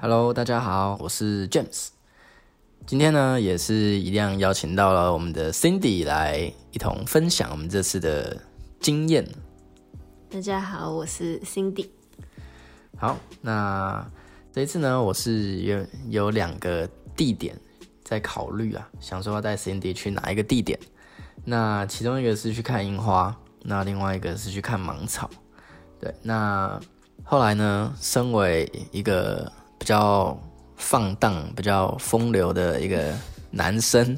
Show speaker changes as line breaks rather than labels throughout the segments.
Hello，大家好，我是 James。今天呢，也是一样邀请到了我们的 Cindy 来一同分享我们这次的经验。
大家好，我是 Cindy。
好，那这一次呢，我是有有两个地点在考虑啊，想说要带 Cindy 去哪一个地点。那其中一个是去看樱花，那另外一个是去看芒草。对，那后来呢，身为一个比较放荡、比较风流的一个男生，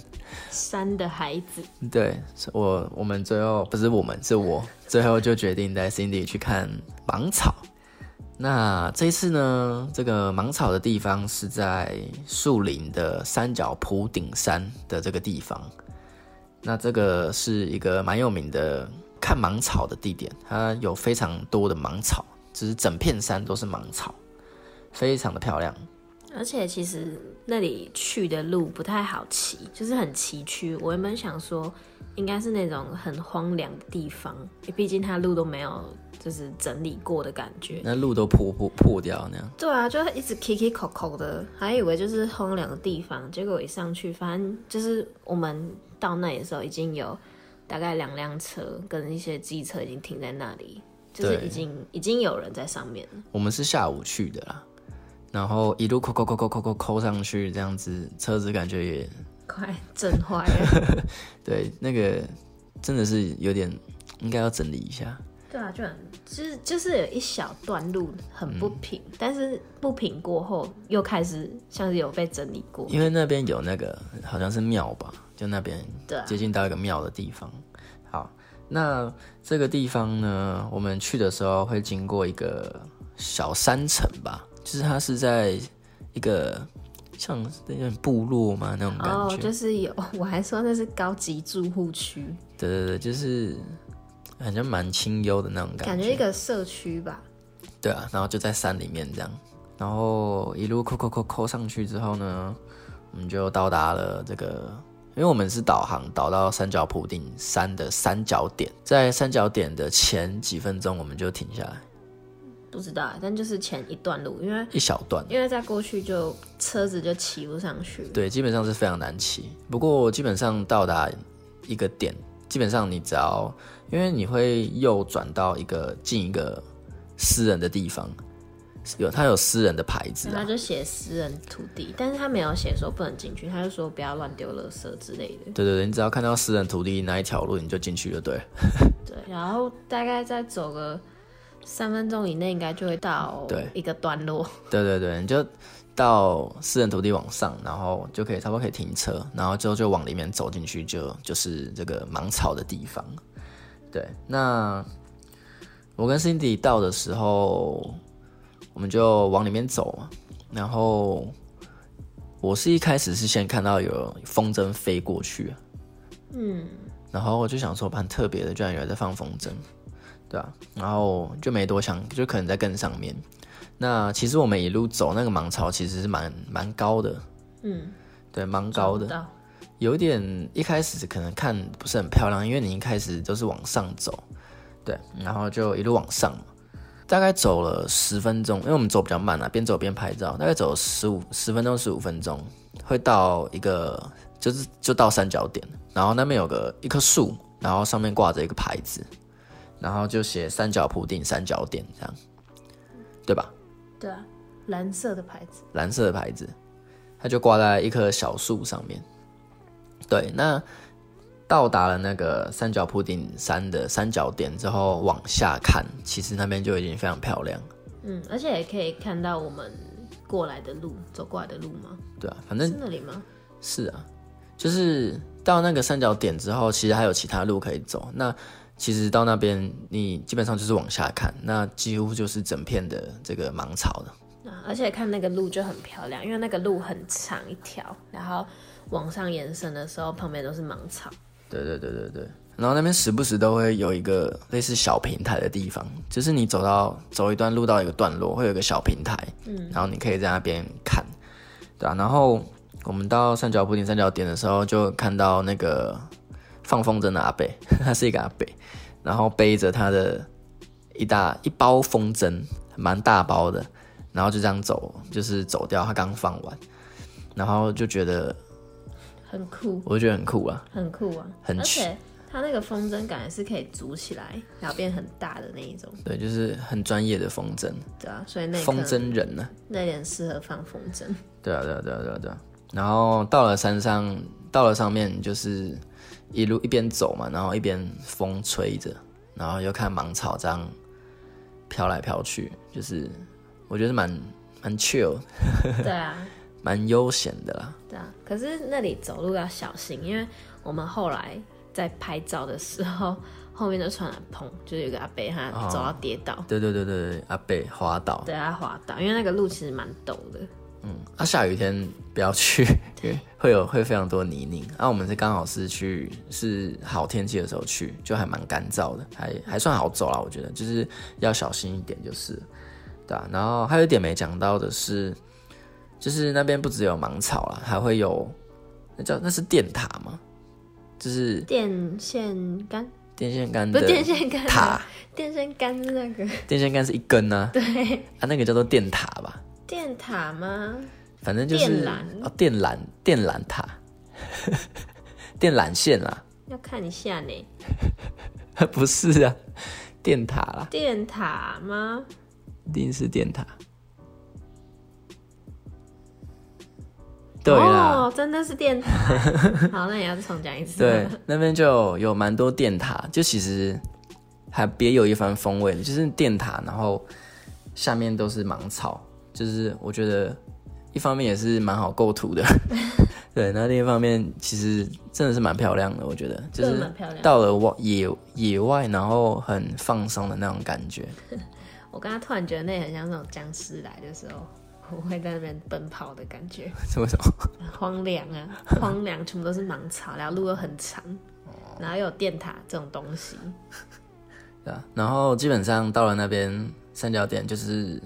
山的孩子，
对是我，我们最后不是我们，是我最后就决定带 Cindy 去看芒草。那这一次呢，这个芒草的地方是在树林的三角埔顶山的这个地方。那这个是一个蛮有名的看芒草的地点，它有非常多的芒草，就是整片山都是芒草，非常的漂亮。
而且其实那里去的路不太好骑，就是很崎岖。我原本想说，应该是那种很荒凉的地方，毕竟它路都没有就是整理过的感觉。
那路都破破破掉那样。
对啊，就一直 k i k i 口口的，还以为就是荒凉的地方，结果一上去，反正就是我们到那里的时候已经有大概两辆车跟一些机车已经停在那里，就是
对
已经已经有人在上面了。
我们是下午去的啦，然后一路抠抠抠抠抠抠抠上去，这样子车子感觉也
快震坏了。
对，那个真的是有点应该要整理一下。
对啊，就很就是就是有一小段路很不平，
嗯
但是不平过后又开始像是有被整理过。
因为那边有那个好像是庙吧，就那边
对啊
接近到一个庙的地方。好，那这个地方呢，我们去的时候会经过一个小山城吧，就是它是在一个像有点部落嘛那种感
哦
觉，，
就是有， 我还说那是高级住户区，
对对对，就是好像蛮清幽的那种感觉。
感觉一个社区吧。
对啊，然后就在山里面这样，然后一路抠抠抠抠上去之后呢，我们就到达了这个，因为我们是导航导到三角普顶山的三角点，在三角点的前几分钟我们就停下来
不知道啊，但就是前一段路，因为
一小段，
因为再过去就车子就骑不上去了。
对，基本上是非常难骑。不过基本上到达一个点，基本上你只要，因为你会右转到一个进一个私人的地方，有它有私人的牌子
然后
啊
他，就写私人土地，但是他没有写说不能进去，他就说不要乱丢垃圾之类的。
对对对，你只要看到私人土地那一条路，你就进去就对了。
对，然后大概再走个三分钟以内，应该就会到
对
一个段落。
对对对，你就到私人土地往上，然后就可以差不多可以停车，然后之后就往里面走进去就，就是这个芒草的地方。对，那我跟 Cindy 到的时候，我们就往里面走嘛，然后我是一开始是先看到有风筝飞过去，啊
嗯，
然后我就想说蛮特别的，居然有人在放风筝，对啊，然后就没多想，就可能在更上面。那其实我们一路走那个芒草其实是蛮蛮高的，
嗯，
对，蛮高的，
的。
有点一开始可能看不是很漂亮，因为你一开始都是往上走，对，然后就一路往上嘛，大概走了十分钟，因为我们走比较慢啊，边走边拍照，大概走十五十分钟十五分钟，会到一个就是就到三角点，然后那边有个一棵树，然后上面挂着一个牌子，然后就写三角铺定三角点这样，对吧？
对啊，蓝色的牌子。
蓝色的牌子，它就挂在一棵小树上面。对，那到达了那个三角铺顶山的三角点之后，往下看，其实那边就已经非常漂亮了。
嗯，而且也可以看到我们过来的路，走过来的路吗？
对啊，反
是
正
那里吗？
是啊，就是到那个三角点之后，其实还有其他路可以走。那其实到那边，你基本上就是往下看，那几乎就是整片的这个芒草了。
啊，而且看那个路就很漂亮，因为那个路很长一条，然后往上延伸的时候，旁边都是芒草。
对对对对对。然后那边时不时都会有一个类似小平台的地方，就是你走到走一段路到一个段落，会有一个小平台，嗯，然后你可以在那边看，对啊。然后我们到三角布丁三角点的时候，就看到那个放风筝的阿贝， 他是一个阿贝，然后背着他的一大一包风筝，蛮大包的，然后就这样走，就是走掉，他刚放完，然后就觉得
很酷，
我就觉得很酷啊，
很酷啊，
很
而
酷
且它那个风筝感觉是可以组起来，然后变很大的那一种，
对，就是很专业的风筝，
对啊，所以那
风
可能
筝人啊呢、
那点适合放风 筝，
对啊，对啊，对啊，对啊，对啊。然后到了山上，到了上面就是一路一边走嘛，然后一边风吹着，然后又看芒草这样飘来飘去，就是我觉得蛮蛮 chill，
对啊，
蛮悠闲的啦。
对啊。可是那里走路要小心，因为我们后来在拍照的时候，后面就传来砰，就是有个阿伯他走到跌倒，
对对对对对，阿贝滑倒，
对他滑倒，因为那个路其实蛮陡的，
啊，下雨天不要 去，因为会有会非常多泥泞。啊，我们是刚好是去是好天气的时候去，就还蛮干燥的，还还算好走啦，我觉得就是要小心一点就是了，对啊。然后还有一点没讲到的是，就是那边不只有芒草啦，还会有那叫那是电塔吗？就是
电线杆
电线杆
不
的
是电线杆
塔，
电线杆是那个
电线杆是一根呢、啊，
对
那个叫做电塔吧，
电塔吗？
反正就是
电缆
哦，电缆电缆塔， 电缆线啦，
要看一下呢，
不是啊，电塔啦，
电塔吗？
一定是电塔。对啦，
哦，真的是电塔。好，那也要重讲一 次。
对，那边就有蛮多电塔，就其实还别有一番风味的，就是电塔，然后下面都是芒草，就是我觉得一方面也是蛮好构图的，对，那另一方面其实真的是蛮漂亮的，我觉得就
真的
是
蛮漂亮的
到了外野野外，然后很放松的那种感觉，
我刚刚突然觉得那很像那种僵尸来的时候，我会在那边奔跑的感觉，
是为什么？
很荒凉 啊，荒凉，全部都是芒草，然后路又很长，
哦
然后又有电塔这种东西，
对啊，然后基本上到了那边三角点就是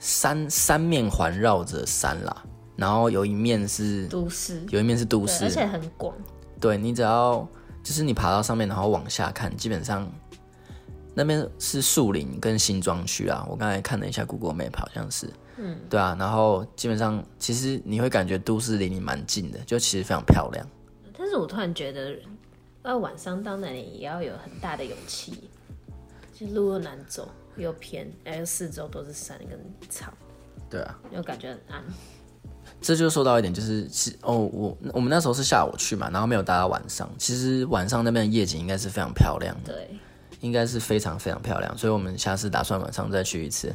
三三面环绕着山啦，然后有一面是
都市，
有一面是都
对，
市
而，且很广，
对你只要就是你爬到上面，然后往下看，基本上那边是树林跟新庄区啊。我刚才看了一下 Google Map，好像是，嗯，对啊。然后基本上其实你会感觉都市离你蛮近的，就其实非常漂亮。
但是我突然觉得，要晚上到那里也要有很大的勇气，就路又难走又偏，然后四周都是山跟草，
对啊，
又感觉很暗，
这就说到一点，就是其哦，我我们那时候是下午去嘛，然后没有搭到晚上。其实晚上那边的夜景应该是非常漂亮的，
对，
应该是非常非常漂亮，所以我们下次打算晚上再去一次。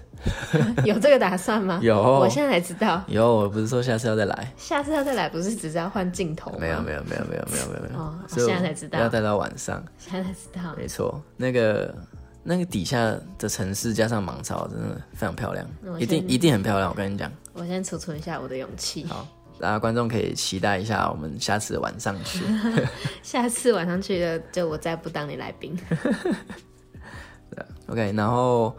有这个打算 吗？
有
我现在才知道，
有，我不是说下次要再来。
下次要再来不是只是要换镜头吗？
没有没有没有没有没有没有没有，
哦
所以我
现在才知道
要待到晚上，
现在才知道，
没错，那个那个底下的城市加上芒草，真的非常漂亮，
那我
一定
先
一定很漂亮，我跟你讲，
我先储存一下我的勇气，
好，大家观众可以期待一下我们下次的晚上去，
嗯下次晚上去的就我再不当你来宾。
OK，然后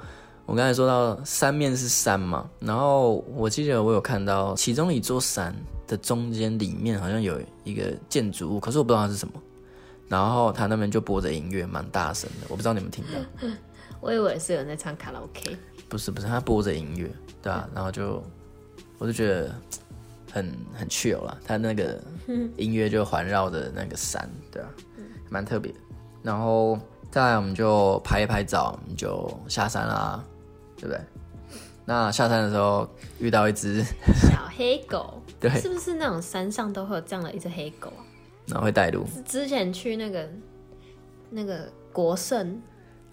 我刚才说到山面是山嘛，然后我记得我有看到其中一座山的中间里面好像有一个建筑物，可是我不知道它是什么。然后它那边就播着音乐，蛮大声的，我不知道你们听到。
我以为是有人在唱卡拉 OK，
不是不是，他播着音乐，对啊，然后就我就觉得很很 chill 啦，他那个音乐就环绕着那个山，对啊，蛮特别的。然后再来我们就拍一拍照，我们就下山啦，对不对？那下山的时候遇到一只，
小黑狗，
对
是不是那种山上都会有这样的一只黑狗啊？
然后会带路
之之前去那个那个国盛，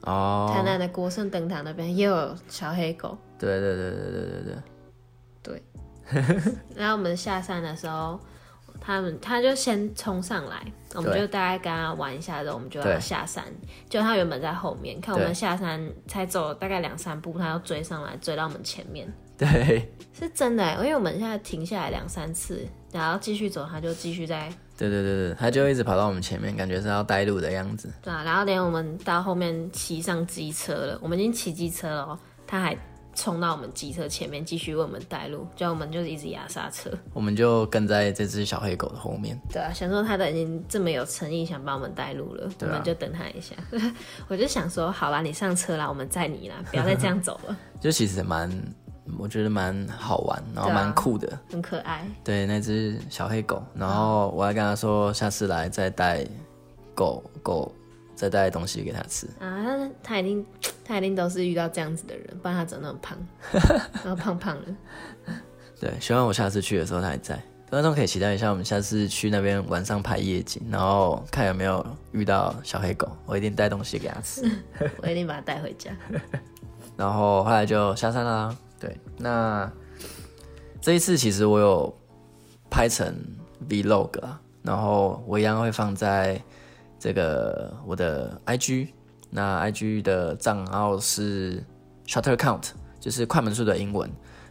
台
哦，
南的国盛灯塔那边也有小黑狗。
对对对对对对对，
然后我们下山的时候，他们他就先冲上来，我们
对
就大概跟他玩一下，之后我们就要
对
下山。就他原本在后面，看我
对
们下山才走大概两三步，他要追上来，追到我们前面，
对
是真的欸。因为我们现在停下来两三次，然后继续走，他就继续在
对对对对，他就一直跑到我们前面，感觉是要带路的样子。
对啊，然后连我们到后面骑上机车了，我们已经骑机车了哦，他还冲到我们机车前面继续为我们带路，就我们就是一直压刹车。
我们就跟在这只小黑狗的后面，
对啊，想说他都已经这么有诚意想帮我们带路了，我
对啊
们就等他一下。我就想说，好啦，你上车啦，我们载你啦，不要再这样走了。
就其实蛮我觉得蛮好玩，然后
对啊
蛮酷的。
很可爱。
对，那只小黑狗，然
嗯
后我还跟他说，下次来再带狗狗，再带东西给他吃。
啊，他他一定他一定都是遇到这样子的人，不然他长得很胖， 然后胖胖的。
对，希望我下次去的时候他还在。观众可以期待一下，我们下次去那边晚上拍夜景，然后看有没有遇到小黑狗，我一定带东西给他吃。
我一定把它带回家。
然后后来就下山啦。对，那这一次其实我有拍成 vlog 啊，然后我一样会放在这个我的 IG，那 IG 的账号是 shutter count，就是快门数的英文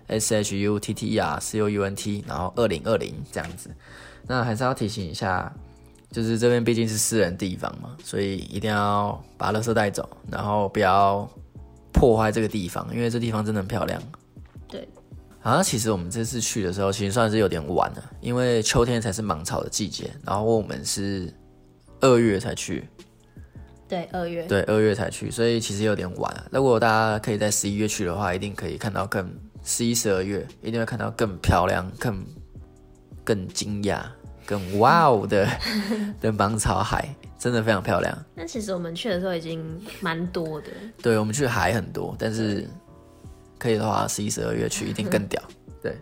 S H U T T E R C O U N T，然后二零二零这样子。那还是要提醒一下，就是这边毕竟是私人地方嘛，所以一定要把垃圾带走，然后不要破坏这个地方，因为这地方真的很漂亮。
对，
好像其实我们这次去的时候，其实算是有点晚了，因为秋天才是芒草的季节，然后我们是二月才去，
对，二月
对，二月才去，所以其实有点晚了。如果大家可以在十一月去的话，一定可以看到更十一、十二月，一定会看到更漂亮、更更惊讶、更哇哦的 的芒草海，真的非常漂亮。
那其实我们去的时候已经蛮多的，
对，我们去海很多，但是可以的话，十一、十二月去一定更屌。对，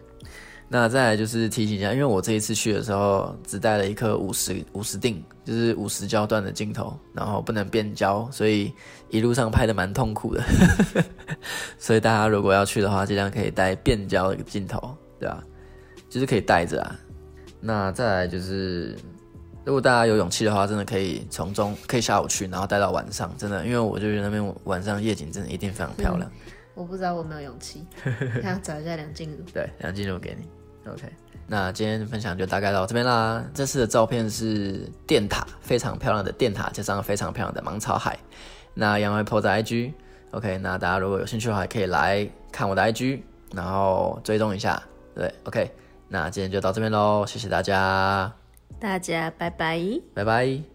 那再来就是提醒一下，因为我这一次去的时候只带了一颗五十五十定，就是五十焦段的镜头，然后不能变焦，所以一路上拍的蛮痛苦的。 所以大家如果要去的话，尽量可以带变焦的镜头，对吧、就是可以带着啊。那再来就是如果大家有勇气的话，真的可以从中可以下午去，然后待到晚上，真的，因为我就觉得那边晚上夜景真的一定非常漂亮。
我不知道我有没有勇气，还要找一下梁静茹。
对，两记录给你。OK，那今天分享就大概到这边啦。这次的照片是电塔，非常漂亮的电塔，加上非常漂亮的芒草海。那杨会 PO 在 IG。OK，那大家如果有兴趣的话，也可以来看我的 IG，然后追踪一下。对，OK，那今天就到这边喽，谢谢大家，
大家拜拜。
拜拜。